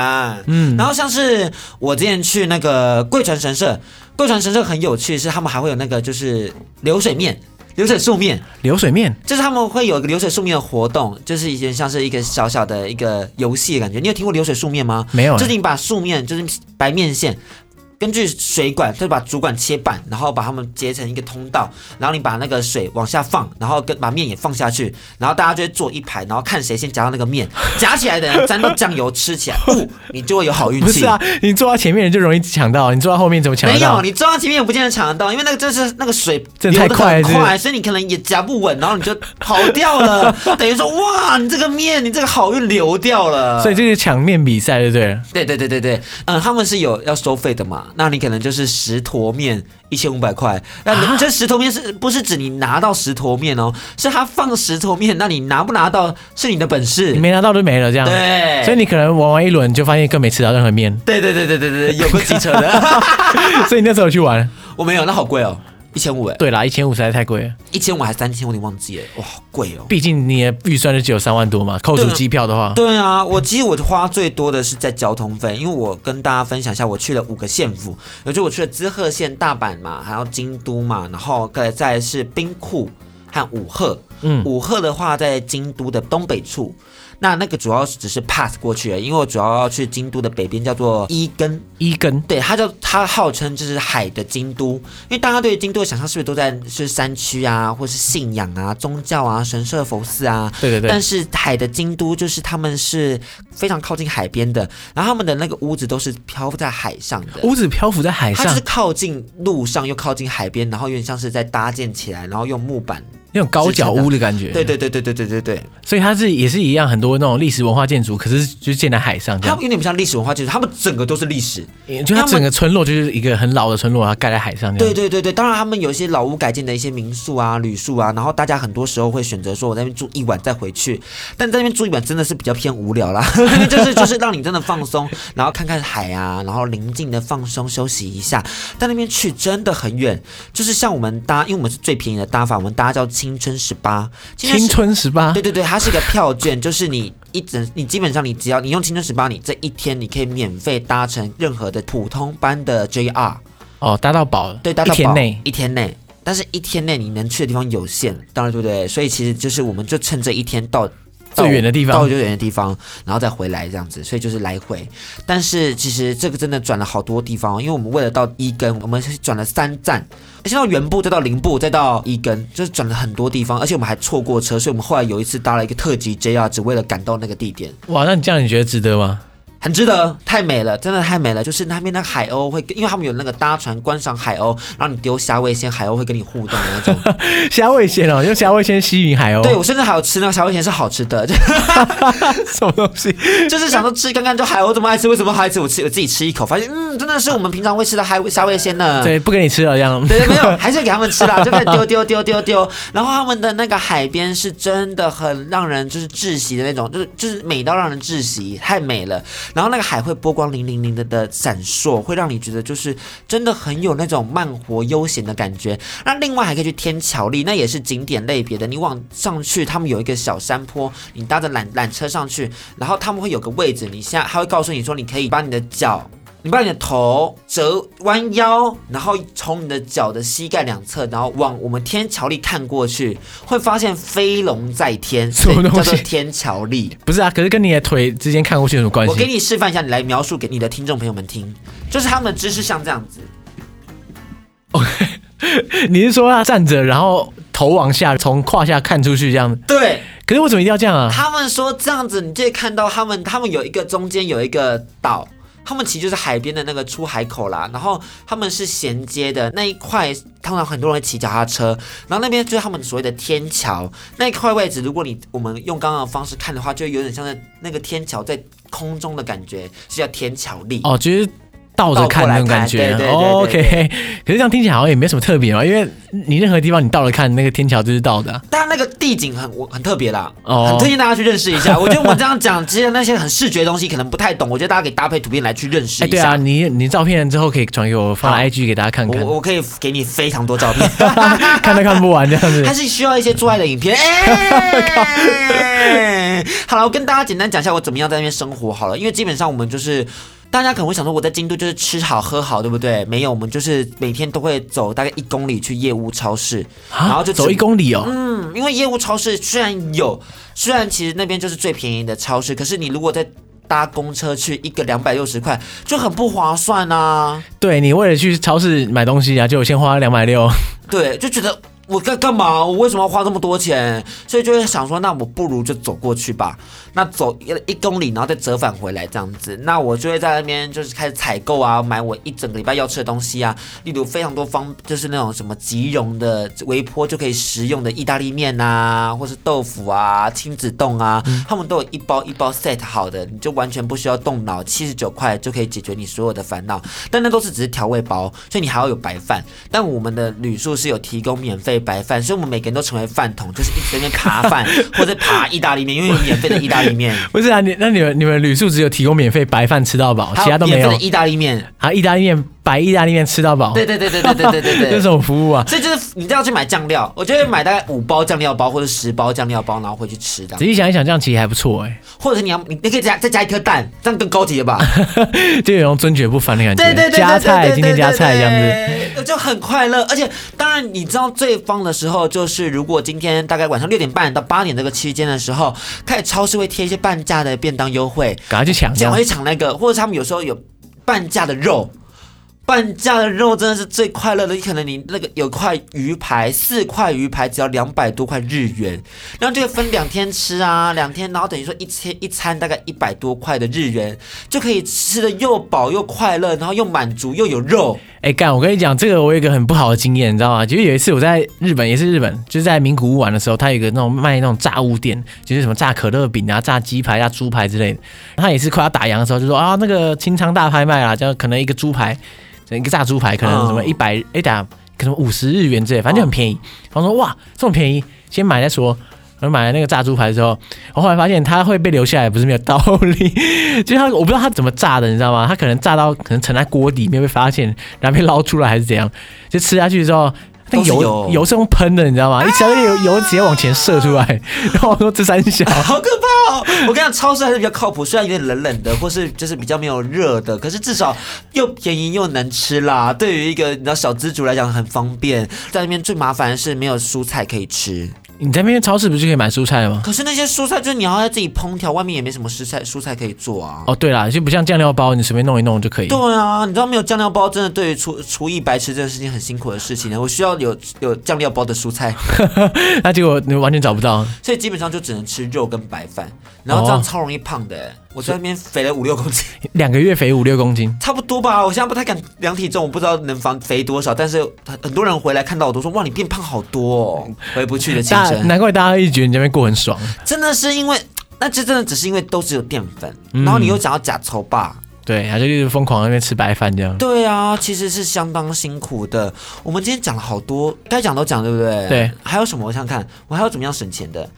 嗯
然后像是我之前去那个贵船神社，贵船神社很有趣，是他们还会有那个就是流水面、流水素面，
流水面
就是他们会有一个流水素面的活动，就是以前像是一个小小的一个游戏的感觉。你有听过流水素面吗？
没有、
就是
欸，
你把素面，就是白面线，根据水管，就是把主管切半，然后把它们结成一个通道，然后你把那个水往下放，然后跟把面也放下去，然后大家就会坐一排，然后看谁先夹到那个面，夹起来的人沾到酱油吃起来，哦，你就会有好运
不
气。
是啊，你坐在前面人就容易抢到，你坐在后面怎么抢得
没有，
到？
你抓到前面也不见得抢得到，因为那个真是那个水
这
流
太
的
快
很
了是不
快，所以你可能也夹不稳，然后你就跑掉了，等于说哇，你这个面，你这个好运流掉了。
所以这是抢面比赛，对不对了？
对对对对对，嗯，他们是有要收费的嘛？那你可能就是十坨面一千五百块，那
啊
你、这十坨面是不是指你拿到十坨面哦？是他放十坨面，那你拿不拿到是你的本事
你。没拿到就没了，这样。
对，，
所以你可能玩完一轮就发现更没吃到任何面
对对对对对 对，有个机车的，
所以你那时候有去玩。
我没有，那好贵哦，一千五哎，
对啦，一千五实在太贵了，
一千五还三千，我有点忘记了，哇，好贵哦。
毕竟你的预算就只有三万多嘛，扣除
对啊
机票的话，
对啊，我其实我花最多的是在交通费，因为我跟大家分享一下，我去了五个县府，也就我去了滋贺县、大阪嘛，还有京都嘛，然后再再来是兵库和武贺。
嗯
武贺的话在京都的东北处，那那个主要只是 pass 过去而已，因为我主要要去京都的北边，叫做伊根。
一根
对，它叫它号称就是海的京都，因为大家对京都的想象是不是都在是山区啊，或是信仰啊、宗教啊、神社、佛寺啊？
对对对
但是海的京都就是他们是非常靠近海边的，然后他们的那个屋子都是漂浮在海上的。
屋子漂浮在海
它
上，
就是靠近路上，又靠近海边，然后有点像是在搭建起来，然后用木板。
那种高脚屋的感觉。
对，对对对对对对对，
所以它是也是一样，很多那种历史文化建筑，可是就是建在海上这
它
样
有。点不像历史文化建筑，他们整个都是历史。
就
他
它
们
整个村落就是一个很老的村落，然后盖在海上这
对
样。
对对对，当然他们有一些老屋改建的一些民宿啊、旅宿啊，然后大家很多时候会选择说我在那边住一晚再回去，但在那边住一晚真的是比较偏无聊 啦，因为就是就是让你真的放松，然后看看海啊，然后临近的放松休息一下。但那边去真的很远，就是像我们搭，因为我们是最便宜的搭法，我们搭叫青春十八，
青春十八
对，对对，它是一个票券，就是你一整，你基本上你只要你用青春十八，你这一天你可以免费搭乘任何的普通班的 JR，
哦，搭到饱了，
对，搭
一
到
天
饱
内，
一天内，但是一天内你能去的地方有限，当然对不对？所以其实就是我们就趁这一天到。到
最远的地方
到最远的地方，然后再回来这样子，所以就是来回。但是其实这个真的转了好多地方，因为我们为了到一根，我们是转了三站，先到原部，再到零部，再到一根，就是转了很多地方，而且我们还错过车，所以我们后来有一次搭了一个特急 JR，只为了赶到那个地点。
哇，那你这样你觉得值得吗？
很值得，太美了，真的太美了。就是那边那个海鸥会跟，因为他们有那个搭船观赏海鸥，然后你丢虾味鲜，海鸥会跟你互动的那种。
虾味鲜哦，用虾味鲜吸引海哦鸥，
对我甚至还有吃那个虾味鲜是好吃的，就
什么东西？
就是想说吃看看，就海鸥这么爱吃，为什么还吃？我吃我自己吃一口，发现嗯，真的是我们平常会吃的海虾味鲜呢。
对，不给你吃了这样。
对对，没有，还是给他们吃啦，就开始丢丢丢丢丢。然后他们的那个海边是真的很让人就是窒息的那种，就是就是美到让人窒息，太美了。然后那个海会波光粼粼粼的的闪烁，会让你觉得就是真的很有那种慢活悠闲的感觉。那另外还可以去天桥立，那也是景点类别的。你往上去，他们有一个小山坡，你搭着缆缆车上去，然后他们会有个位置，你下他会告诉你说，你可以把你的脚。你把你的头折弯腰，然后从你的脚的膝盖两侧，然后往我们天桥立看过去，会发现飞龙在天，
什么
对
东
叫做
西
天桥立。
不是啊，可是跟你的腿之间看过去有什么关
我给
系？
你示范一下，你来描述给你的听众朋友们听，就是他们的姿势像这样子，
你是说要站着，然后头往下，从胯下看出去这样子？
对
可是为什么一定要这样啊？
他们说这样子，你就可以看到他们，他们有一个中间有一个岛。他们其实就是海边的那个出海口啦，然后他们是衔接的那一块，通常很多人会骑脚踏车，然后那边就是他们所谓的天桥那一块位置。如果你我们用刚刚的方式看的话，就有点像是那个天桥在空中的感觉，是叫天桥立。
哦，就是倒着看那种感觉。
倒过来看对对对
哦
对
OK，可是这样听起来好像也没什么特别嘛，因为你任何地方你倒着看，那个天桥就是倒的啊、
但那个地景很我很特别啦，
哦
很推荐大家去认识一下。我觉得我这样 讲，其实那些很视觉的东西可能不太懂，我觉得大家可以搭配图片来去认识
哎，
一
对
下。
啊，你你照片之后可以传给我，发
好
IG 给大家看看
我，我可以给你非常多照 片，
看都看不完这样子
还。是需要一些做爱的影片。 哎好了，我跟大家简单讲一下我怎么样在那边生活好了，因为基本上我们就是。大家可能会想说，我在京都就是吃好喝好，对不对？没有，我们就是每天都会走大概一公里去业务超市，然后就
啊走
只
一公里哦，
嗯，因为业务超市虽然有，虽然其实那边就是最便宜的超市，可是你如果再搭公车去，一个两百六十块就很不划算啊。
对你为了去超市买东西啊，就先花两百六，
对，就觉得我干干嘛？我为什么要花这么多钱？所以就会想说，那我不如就走过去吧。那走一一公里，然后再折返回来这样子。那我就会在那边就是开始采购啊，买我一整个礼拜要吃的东西啊，例如非常多方，就是那种什么即溶的微波就可以食用的意大利面啊，或是豆腐啊、亲子冻啊，
嗯
他们都有一包一包 set 好的，你就完全不需要动脑，七十九块就可以解决你所有的烦恼。但那都是只是调味包，所以你还要有白饭。但我们的旅宿是有提供免费白饭，所以我们每个人都成为饭桶，就是一直在那边扒 饭或者扒意大利面，因为有免费的意大利面，
不是啊？你那你们你们旅宿只有提供免费白饭吃到饱， 其他都
还有
没
免
有
费的意大利面。
啊？意大利面白意大利面吃到饱，
对对对对对对对对 对。
这是什么服务啊？
所以就是你就要去买酱料，我就会买大概五包酱料包或者十包酱料包，然后回去吃的
仔。细想一想，这样其实还不错哎、
或者是你要你你可以加再加一颗蛋，这样更高级了吧？
就有一种尊爵不凡的感觉。
对对对对对
加
对
菜，
对
今天加菜这样子。
对我就很快乐。而且当然你知道最棒的时候，就是如果今天大概晚上六点半到八点这个期间的时候，开始超市会贴一些半价的便当优惠，
赶快去抢，这
讲
样
回抢那个，或者他们有时候有半价的肉。半价的肉真的是最快乐的，可能你那个有块鱼排，四块鱼排只要两百多块日元，然后就会分两天吃啊，两天，然后等于说一天一餐大概一百多块的日元，就可以吃的又饱又快乐，然后又满足又有肉。
哎干！我跟你讲，这个我有一个很不好的经验，你知道吗？就是有一次我在日本，也是日本，就是在名古屋玩的时候，他有一个那种卖那种炸物店，就是什么炸可乐饼啊、炸鸡排啊、猪排之类的。他也是快要打烊的时候，就说啊，那个清仓大拍卖啦，这样可能一个猪排，一个炸猪排可能什么
嗯
一百哎打，可能五十日元之类，反正就很便宜。我说哇，这么便宜，先买再说。我买了那个炸猪排之后，我后来发现它会被留下来，不是没有道理。就是它，我不知道它怎么炸的，你知道吗？它可能炸到可能沉在锅底，没有被发现，然后被捞出来还是怎样？就吃下去之后，那
都
个
是
油
油啊
油是用喷的，你知道吗？一吃下去油油直接往前射出来，然后我说这三小。
好可怕哦！我跟你讲，超市还是比较靠谱，虽然有点冷冷的，或是就是比较没有热的，可是至少又便宜又能吃啦。对于一个你知道小资族来讲很方便，在那边最麻烦的是没有蔬菜可以吃，
你在那边超市不是可以买蔬菜吗？
可是那些蔬菜就是你要在自己烹调，外面也没什么蔬菜蔬菜可以做啊。
哦，对啦，就不像酱料包，你随便弄一弄就可以。
对啊，你知道没有酱料包，真的对于厨厨艺白痴这件事情很辛苦的事情。我需要有有酱料包的蔬菜，
那结果你完全找不到。
所以基本上就只能吃肉跟白饭，然后这样
哦
超容易胖的、欸我在那边肥了五六公斤。
两个月肥五六公斤，
差不多吧，我现在不太敢量体重，我不知道能防肥多少，但是很很多人回来看到我都说哇，你变胖好多哦，回不去的青
大
春，
难怪大家一直觉得你这边过很爽。
真的是因为，那这真的只是因为都只有淀粉，然后你又想要假丑吧，
对，然后就一直疯狂在那边吃白饭这样。
对啊，其实是相当辛苦的。我们今天讲了好多，该讲都讲，对不对？
对。
还有什么？我想想看，我还有怎么样省钱的？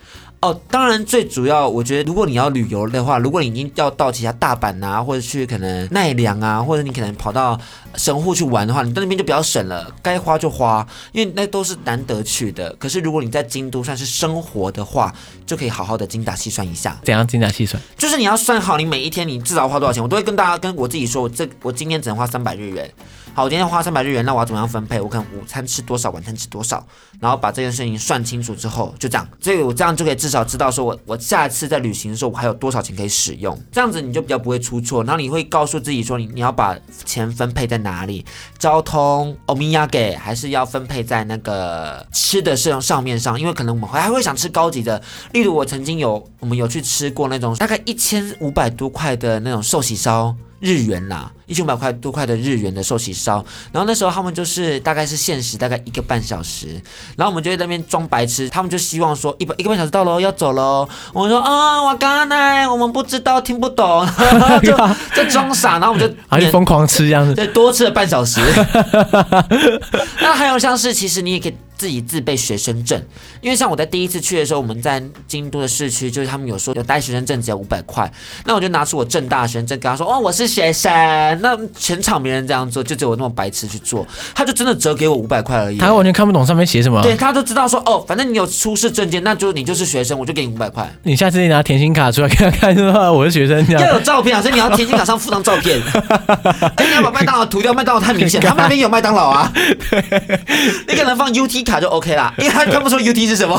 哦，当然最主要，我觉得如果你要旅游的话，如果你已经要到其他大阪啊，或者去可能奈良啊，或者你可能跑到神户去玩的话，你到那边就比较省了，该花就花，因为那都是难得去的。可是如果你在京都算是生活的话，就可以好好的精打细算一下。
怎样精打细算？
就是你要算好你每一天你至少花多少钱，我都会跟大家跟我自己说，我这我今天只能花三百日元，好，我今天花三百日元，那我要怎么样分配？我看午餐吃多少，晚餐吃多少，然后把这件事情算清楚之后，就这样，所以我这样就可以至少知道说我我下次在旅行的时候我还有多少钱可以使用，这样子你就比较不会出错，然后你会告诉自己说你你要把钱分配在哪里，交通、欧米亚给还是要分配在那个吃的上上面上，因为可能我们还还会想吃高级的，例如我曾经有我们有去吃过那种大概一千五百多块的那种寿喜烧。日元啦，一千五百块多块的日元的寿喜烧，然后那时候他们就是大概是限时大概一个半小时，然后我们就在那边装白痴，他们就希望说一百一个半小时到喽，要走喽。我们说啊，我刚才我们不知道听不懂， 就就装傻，然后我们就
然后就疯狂吃这 样子。
对，多吃了半小时。那还有像是，其实你也可以自己自备学生证，因为像我在第一次去的时候，我们在京都的市区，就是他们有说有带学生证只要五百块，那我就拿出我正大学生证跟他说，哦，我是学生。那全场没人这样做，就只有我那么白痴去做，他就真的折给我五百块而已。
他完全看不懂上面写什么。
对，他就知道说，哦，反正你有出示证件，那就你就是学生，我就给你五百块。
你下次拿甜心卡出来给他看，说我是学生这
要
样。
有照片啊，所以你要填写卡上附上照 片。哎，你要把麦当劳涂掉，麦当劳太明显，他们那边有麦当劳啊。你可能放 UT 卡就 OK 啦，因为他看不出 UT 是什 么，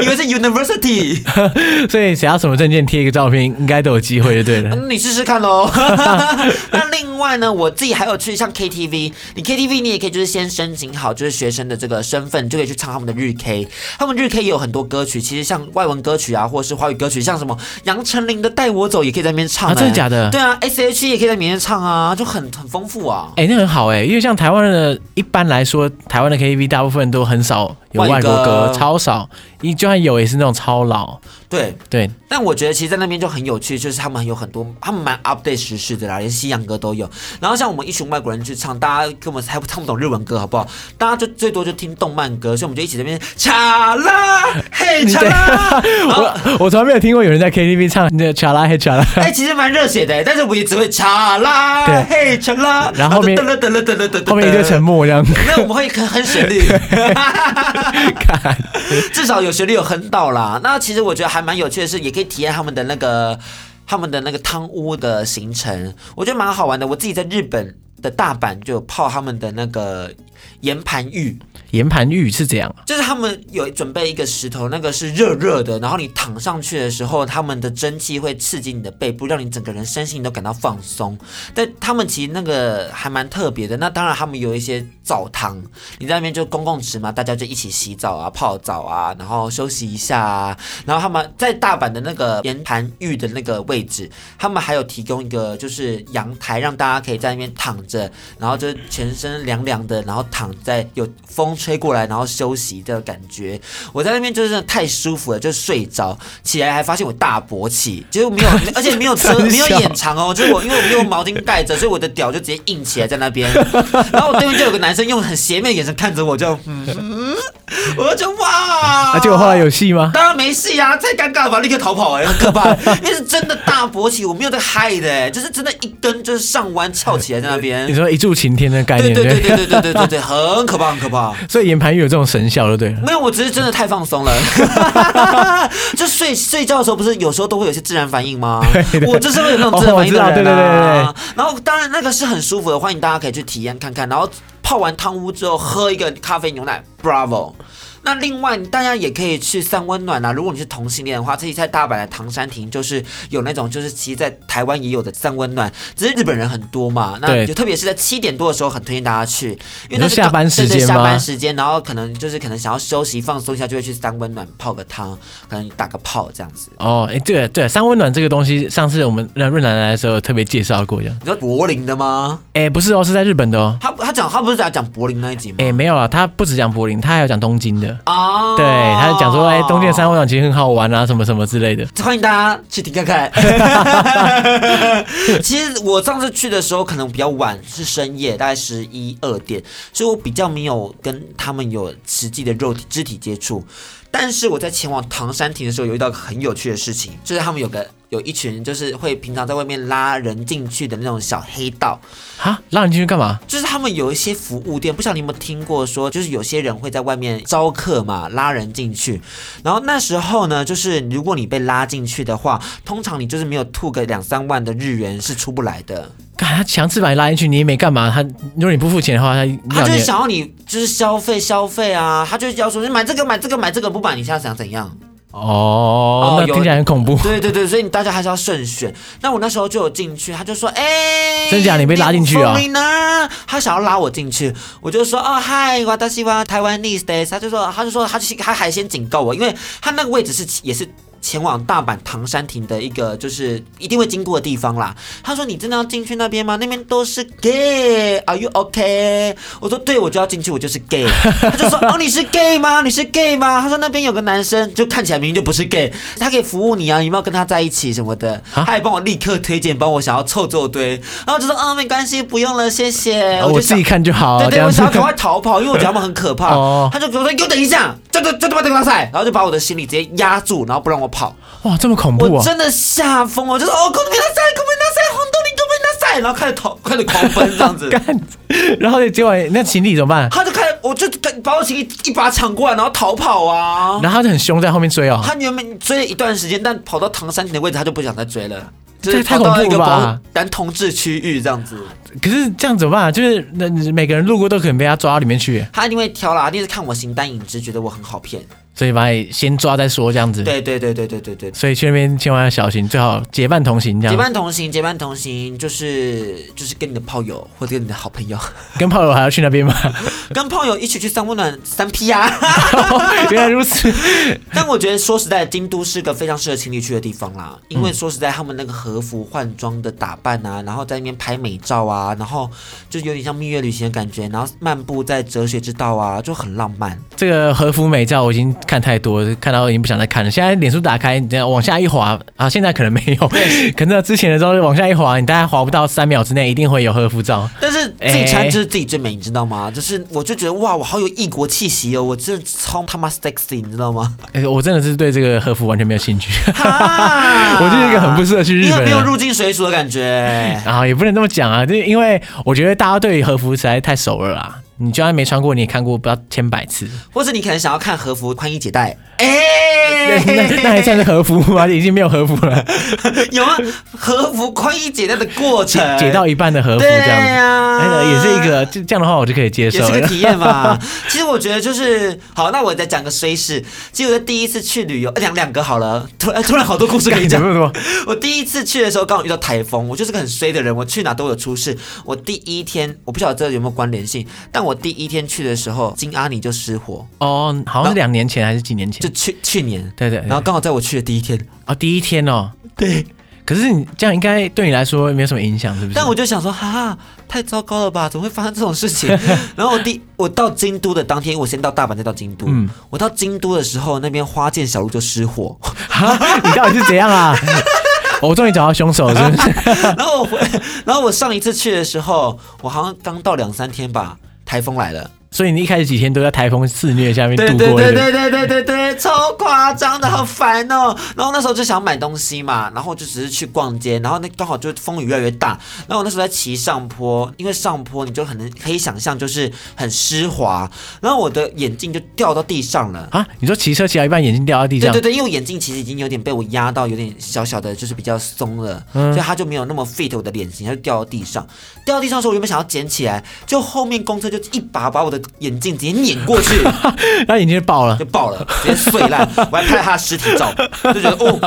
以为是 University。
所以只要什么证件贴一个照片，应该都有机会就对了。
嗯你试试看喽。 那另外呢，我自己还有去像 KTV，你 KTV 你也可以就是先申请好就是学生的这个身份，就可以去唱他们的日 K。他们日 K 也有很多歌曲，其实像外文歌曲啊，或者是华语歌曲，像什么杨丞琳的《带我走》也可以在那边唱、
啊
欸
真的假的
对啊，S.H.E 也可以在里面唱啊，就很很丰富啊。
哎、那很好哎、因为像台湾的，一般来说，台湾的 KTV 大部分都很少有外国
外
歌，
歌
超少。你就算有，也是那种超老。
对，
对，
但我觉得其实，在那边就很有趣，就是他们有很多，他们蛮 update 时事的啦，连西洋歌都有。然后像我们一群外国人去唱，大家根本还不唱不懂日文歌，好不好？大家就最多就听动漫歌，所以我们就一起在那边查啦 嘿查啦。然后
我我从来没有听过有人在 KTV 唱那个 cha 啦嘿 cha 啦，
哎、其实蛮热血的，但是我也只会查啦
对
嘿查啦，
然后后面
噔了噔了噔了噔，
后面一堆沉默 这样。
没有，我们会很很旋律，至少有旋律有哼到啦。那其实我觉得还蛮有趣的是，也可以体验他们的那个他们的那个汤屋的行程，我觉得蛮好玩的。我自己在日本的大阪就有泡他们的那个岩盘浴，
岩盘浴是这样，
就是他们有准备一个石头，那个是热热的，然后你躺上去的时候，他们的蒸汽会刺激你的背部，让你整个人身心都感到放松。但他们其实那个还蛮特别的。那当然，他们有一些澡堂，你在那边就公共池嘛，大家就一起洗澡啊、泡澡啊，然后休息一下啊。然后他们在大阪的那个岩盘浴的那个位置，他们还有提供一个就是阳台，让大家可以在那边躺着，然后就是全身凉凉的，然后躺在有风吹过来，然后休息的感觉。我在那边就是真的太舒服了，就睡着，起来还发现我大勃起，就是没有，而且没有 遮，
真
没有
笑
眼长哦，就是我因为我用毛巾盖着，所以我的屌就直接硬起来在那 边。然后我对面就有个男生用很邪魅的眼神看着我就，嗯，嗯 我就哇，
而且我啊后来有戏吗？
当然没戏啊，太尴尬了吧，立刻逃跑哎、很可怕、因为是真的大勃起，我没有在嗨的、哎，就是真的一根就是上弯翘起来在那
你
边。
说一柱擎天的概
对
念，
对对
不
对对对对对对，很可怕，很可怕。
所以岩盘浴有这种神效，就对了。
没有，我只是真的太放松了。 就睡睡觉的时候，不是有时候都会有些自然反应吗？我就是会有那种自然反应的人、啊
哦我知道对对对
然后当然那个是很舒服的，欢迎大家可以去体验看看。然后泡完汤屋之后，喝一个咖啡牛奶，Bravo。那另外，大家也可以去散温暖啊。如果你是同性恋的话，自己在大阪的唐山亭就是有那种，就是其实在台湾也有的散温暖，只是日本人很多嘛。那
对
就特别是在七点多的时候，很推荐大家去，因为
你
那
说
是
下
刚
班时
对对
间
下
吗
班时间，然后可能就是可能想要休息放松一下，就会去三温暖泡个汤，可能打个泡这样子。
哦，哎、对了对了，三温暖这个东西，上次我们让润南来的时候有特别介绍过，这样。
你说柏林的吗？
哎、不是哦，是在日本的哦。
他他讲他不是在讲柏林那一集吗？
哎、没有啊，他不只讲柏林，他还有讲东京的。
啊，
对，他就讲说，哎、东京的三温暖其实很好玩啊，什么什么之类的。
欢迎大家去听看看。其实我上次去的时候可能比较晚，是深夜，大概十一二点，所以我比较没有跟他们有实际的肉体肢体接触。但是我在前往唐山亭的时候，有遇到个很有趣的事情，就是他们有个有一群就是会平常在外面拉人进去的那种小黑道，
哈，让你进去干嘛？
就是他们有一些服务店，不知道你有没有听过说，就是有些人会在外面招客嘛，拉人进去。然后那时候呢，就是如果你被拉进去的话，通常你就是没有吐个两三万的日元是出不来的。
干他强制把你拉进去，你也没干嘛。他如果你不付钱的话，他
他
要
就是
你
想要你就是消费消费啊，他就是要说你买这个买这个买这个，不买你现在想怎样？
哦，那
有
听起来很恐怖。
对对对，所以你大家还是要慎选。那我那时候就有进去，他就说：“哎、
真假你被拉进去啊
你不呢？”他想要拉我进去，我就说：“哦，嗨，我大西瓜台湾 n e s t 他就说：“他就说他去他还先警告我，因为他那个位置是也是。”前往大阪唐山亭的一个就是一定会经过的地方啦。他说：“你真的要进去那边吗？那边都是 gay，Are you OK？” 我说：“对，我就要进去，我就是 gay。”他就说：“哦，你是 gay 吗？你是 gay 吗？”他说：“那边有个男生，就看起来明明就不是 gay，他可以服务你啊，你有没有跟他在一起什么的？”
啊
他还帮我立刻推荐，帮我想要凑凑堆。然后我就说：“哦，没关系，不用了，谢谢。
哦
就
我自
想
己看就好，
对
这
对，
样
我
子
想要赶快逃跑，因为我觉得他们很可怕。
哦
他就跟我说：“你给我等一下，就就就他妈等我赛。”然后就把我的行李直接压住，然后不让我跑。
哇，这么恐怖
我
啊！
真的吓疯了，我就说：“哦，给我比赛，给我比赛，红豆你给我比赛。”然后开始逃，开始狂奔这样子。
干， 然后结果那行李怎么办？
他就开，我就把我行李一把抢过来，然后逃跑啊。
然后他就很凶，在后面追哦。
他原本追了一段时间，但跑到唐山亭的位置，他就不想再追了。就是
这太
跑到
恐怖
一个
了吧
包男同志区域这样子，
可是这样怎么办啊？就是那每个人路过都可能被他抓到里面去，
他因为挑啦，一定是看我形单影只，觉得我很好骗。
所以把你先抓再说这样子。
对对对对对对对
所以去那边千万要小心，最好结伴同行这
结
样。
伴同行，结伴同行就是就是跟你的炮友或者跟你的好 朋友，
跟炮友还要去那边吗？
跟炮友一起去三温暖三 P 啊。
原来如此。
但我觉得说实在，京都是个非常适合情侣去的地方啦，因为说实在，他们那个和服换装的打扮啊，然后在那边拍美照啊，然后就有点像蜜月旅行的感觉，然后漫步在哲学之道啊，就很浪漫。
这个和服美照我已经看太多了，看到已经不想再看了。现在脸书打开，你这样往下一滑啊，现在可能没有，可能之前的时候往下一滑，你大概滑不到三秒之内，一定会有和服照。
但是自己
哎
穿就是自己最美，你知道吗？就是我就觉得哇，我好有异国气息哦，我真的超他妈 sexy，你知道吗？
哎我真的是对这个和服完全没有兴趣，
哈
我就是一个很不适合去日
因
本
为没有
的。
入境随俗的感觉。
啊，也不能这么讲啊，就是因为我觉得大家对于和服实在太熟了啦。你就算没穿过，你也看过不知道千 百次，
或者你可能想要看和服宽衣解带，哎、
那那那还算是和服吗？已经没有和服 了，
有啊，和服宽衣解带的过
解
程，
解到一半的和服
对
这样子，
呀、
那个也是一个，就这样的话我就可以接
也
受
是个
了。
体验嘛。 其实我觉得就是好，那我再讲个虽事。其实我在第一次去旅游，呃讲两个好了，突呃然突然好多故事可以讲
怎。么怎么
我第一次去的时候刚好遇到台风，我就是个很衰的人，我去哪都有出事。我第一天我不晓得这有没有关联性，但我第一天去的时候，金阿尼就失火，
哦，好像是两年前还是几年前
就？去去年，
对对，对
然后刚好在我去的第一天，
哦，第一天哦，
对，
可是你这样应该对你来说没有什么影响，是不是？
但我就想说，哈、太糟糕了吧，怎么会发生这种事情？ 然后我第我到京都的当天，我先到大阪，再到京都。
嗯
我到京都的时候，那边花见小路就失 火，
哈，你到底是怎 样啊？我终于找到凶手，是不是？
然后我回，然后我上一次去的时候，我好像刚到两三天吧，台风来了。
所以你一开始几天都在台风肆虐下面
对
度
对
过
对
的。
对对对对对，超夸张的，好烦哦。然后那时候就想买东西嘛，然后就只是去逛街，然后那刚好就风雨越来越大，然后我那时候在骑上坡，因为上坡你就很能可以想象就是很湿滑，然后我的眼镜就掉到地上了。
啊，你说骑车骑到一半，眼睛掉到地
对
上
对，对，因为我眼镜其实已经有点被我压到，有点小小的，就是比较松了，
嗯
所以它就没有那么 fit 我的脸型，它就掉到地上。掉到地上的时候，我原本想要捡起来，就后面公车就一把把我的眼镜直接碾过去，
然后眼睛就爆了
就。爆了，直接碎烂。我还拍了他的尸体照，就觉得哦，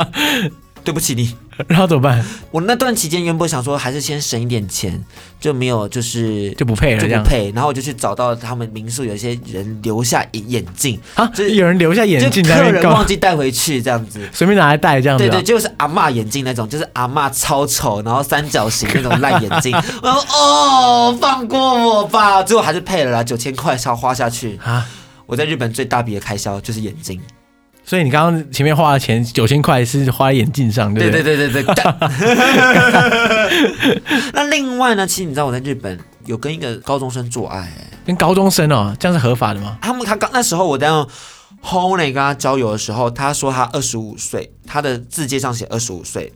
对不起你。
然后怎么办？
我那段期间原本想说还是先省一点钱，就没有就是
就不配了
就
这
不
样
配。然后我就去找到他们民宿有一些人留下眼镜，
啊！
就
有人留下眼
就
镜在
客
那边
人
搞
忘，记带回去这样子。
随便拿来戴这样子
对
啊
对，。就是阿嬷眼镜那种，就是阿嬷超丑，然后三角形那种烂眼镜。 我说哦，放过我吧，最后还是配了啦，九千块超花下去。
啊，
我在日本最大笔的开销就是眼镜。
所以你刚刚前面花的钱九千块是花在眼镜上，对
对
不
对
对？
对对 对。干那另外呢，其实你知道我在日本有跟一个高中生做爱、欸
跟高中生哦，这样是合法的吗？
他们他刚那时候我在用 h o n e 跟他交友的时候，他说他二十五岁，他的字界上写二十五岁。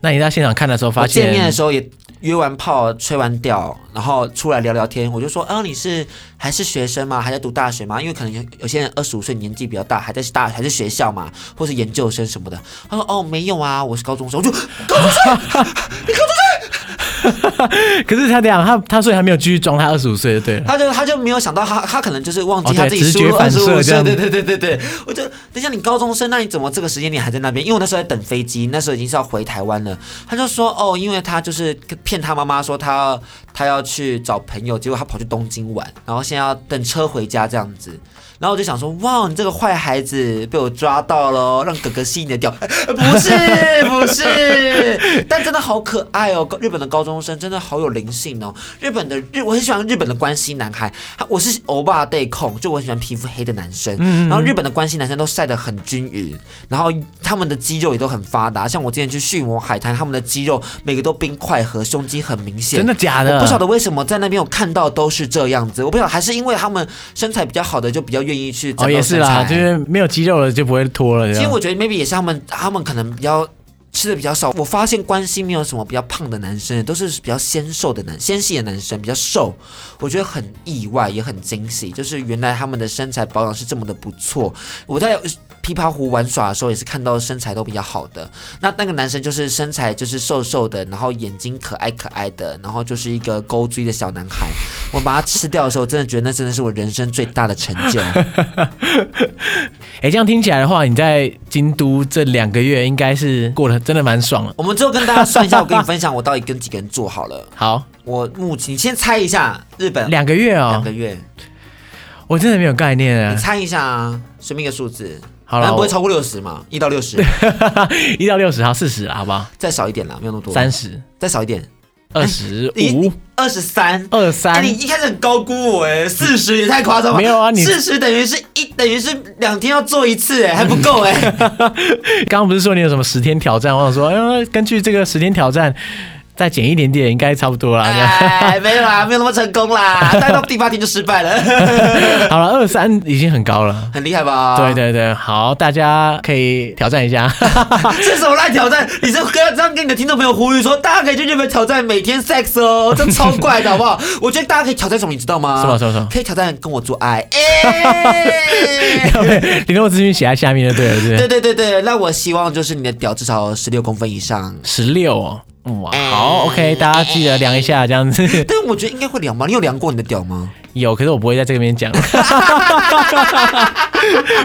那你在现场看的时候发
我
现，
见面的时候也约完炮、吹完调，然后出来聊聊天，我就说，啊，你是还是学生吗？还在读大学吗？因为可能有有些人二十五岁年纪比较大，还在大还是学校嘛，或是研究生什么的。他说，哦，没有啊，我是高中生。我就高中生，你高中生。
可是他这样，他他所以还没有继续装他二十五岁就对了。
他就他就没有想到他他可能就是忘
哦
记他
对
自己
直
输
觉
入二
反
十
射
五
这
岁，
样
对对对对对，我就等一下你高中生，那你怎么这个时间点还在那边？因为我那时候在等飞机，那时候已经是要回台湾了。他就说哦，因为他就是骗他妈妈说他要他要去找朋友，结果他跑去东京玩，然后现在要等车回家这样子。然后我就想说，哇，你这个坏孩子被我抓到喽，让哥哥吸你的 屌，不是不是， 但真的好可爱哦，日本的高中生真的好有灵性哦，日本的日我很喜欢日本的关西男孩，他我是欧巴 day 控，就我很喜欢皮肤黑的男
嗯
生，然后日本的关西男生都晒得很均匀，然后他们的肌肉也都很发达，像我之前去旭摩海滩，他们的肌肉每个都冰块和胸肌很明显，
真的假的？
我不晓得为什么在那边我看到都是这样子，我不晓得还是因为他们身材比较好的就比较愿意去展
哦，也
露
是
身材。
啦，就是没有肌肉了就不会脱了。
其
这
实
样
我觉得 maybe 也是他们，他们可能比较吃的比较少。我发现关西没有什么比较胖的男生，都是比较纤瘦的男、纤细的男生，比较瘦。我觉得很意外，也很惊喜，就是原来他们的身材保养是这么的不错。我在。琵琶湖玩耍的时候也是看到身材都比较好的，那那个男生就是身材就是瘦瘦的，然后眼睛可爱可爱的，然后就是一个勾追的小男孩。我把他吃掉的时候，真的觉得那真的是我人生最大的成就。
哎、这样听起来的话，你在京都这两个月应该是过得真的蛮爽了。
我们之后跟大家算一下，我跟你分享我到底跟几个人做好了。
好，
我目前你先猜一下日本
两个月
两
哦
个，月，
我真的没有概念
你
啊。
猜一下啊，随便一个数字，
好
反
了，
正不会
我
超过六十嘛，一到六十，
一到六十，好四十，好不好？
再少一点啦，没有那么多，
三十、
再少一点，
二十
你
五、
二十三。
二
哎，
三
你，一开始很高估我哎，四十也太夸张了。
没有啊你嗯
四十等于是一等于是两天要做一次哎，还不够哎。
刚刚不是说你有什么十天挑战？我想说，哎、根据这个十天挑战，再减一点点，应该差不多啦。这样
哎，没有啦，没有那么成功啦， 待到第八天就失败了，
好了，二三已经很高了。
很厉害吧？
对对对，好，大家可以挑战 一下。
这什么烂挑战？你是跟这样跟你的听众朋友呼吁说，大家可以去日本挑战每天 sex 哦，这超怪的好不好？ 我觉得大家可以挑战什么，你知道吗？
什么什么什么
可以挑战跟我做 爱。哎
联络资讯写在下面就对了，
对
是
对对对，那我希望就是你的屌至少十六公分以上。
十六哦。哇，好，OK，大家记得量一下，这样子
但我觉得应该会量吧？你有量过你的屌吗？
有，可是我不会在这边讲。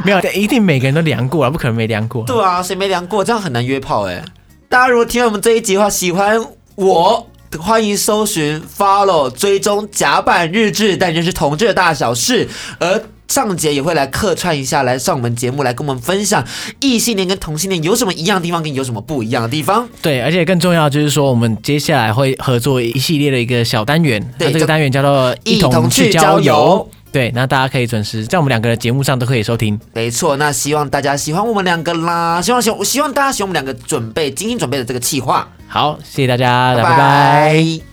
没有，一定每个人都量过了，啊不可能没量过。
对啊，谁没量过？这样很难约炮哎、大家如果听了我们这一集的话，喜欢我。欢迎搜寻 follow 追踪甲板日志，但就是同志的大小事。而尚杰也会来客串一下，来上我们节目，来跟我们分享异性恋跟同性恋有什么一样的地方，跟有什么不一样的地方。
对，而且更重要就是说，我们接下来会合作一系列的一个小单元，
对
那这
叫
个单元叫做“
一同去
去
郊
郊
游”。
对，那大家可以准时在我们两个的节目上都可以收听。
没错，那希望大家喜欢我们两个啦，希望喜我希望大家喜欢我们两个准备精心准备的这个企划。
好，谢谢大家，拜
拜
拜
拜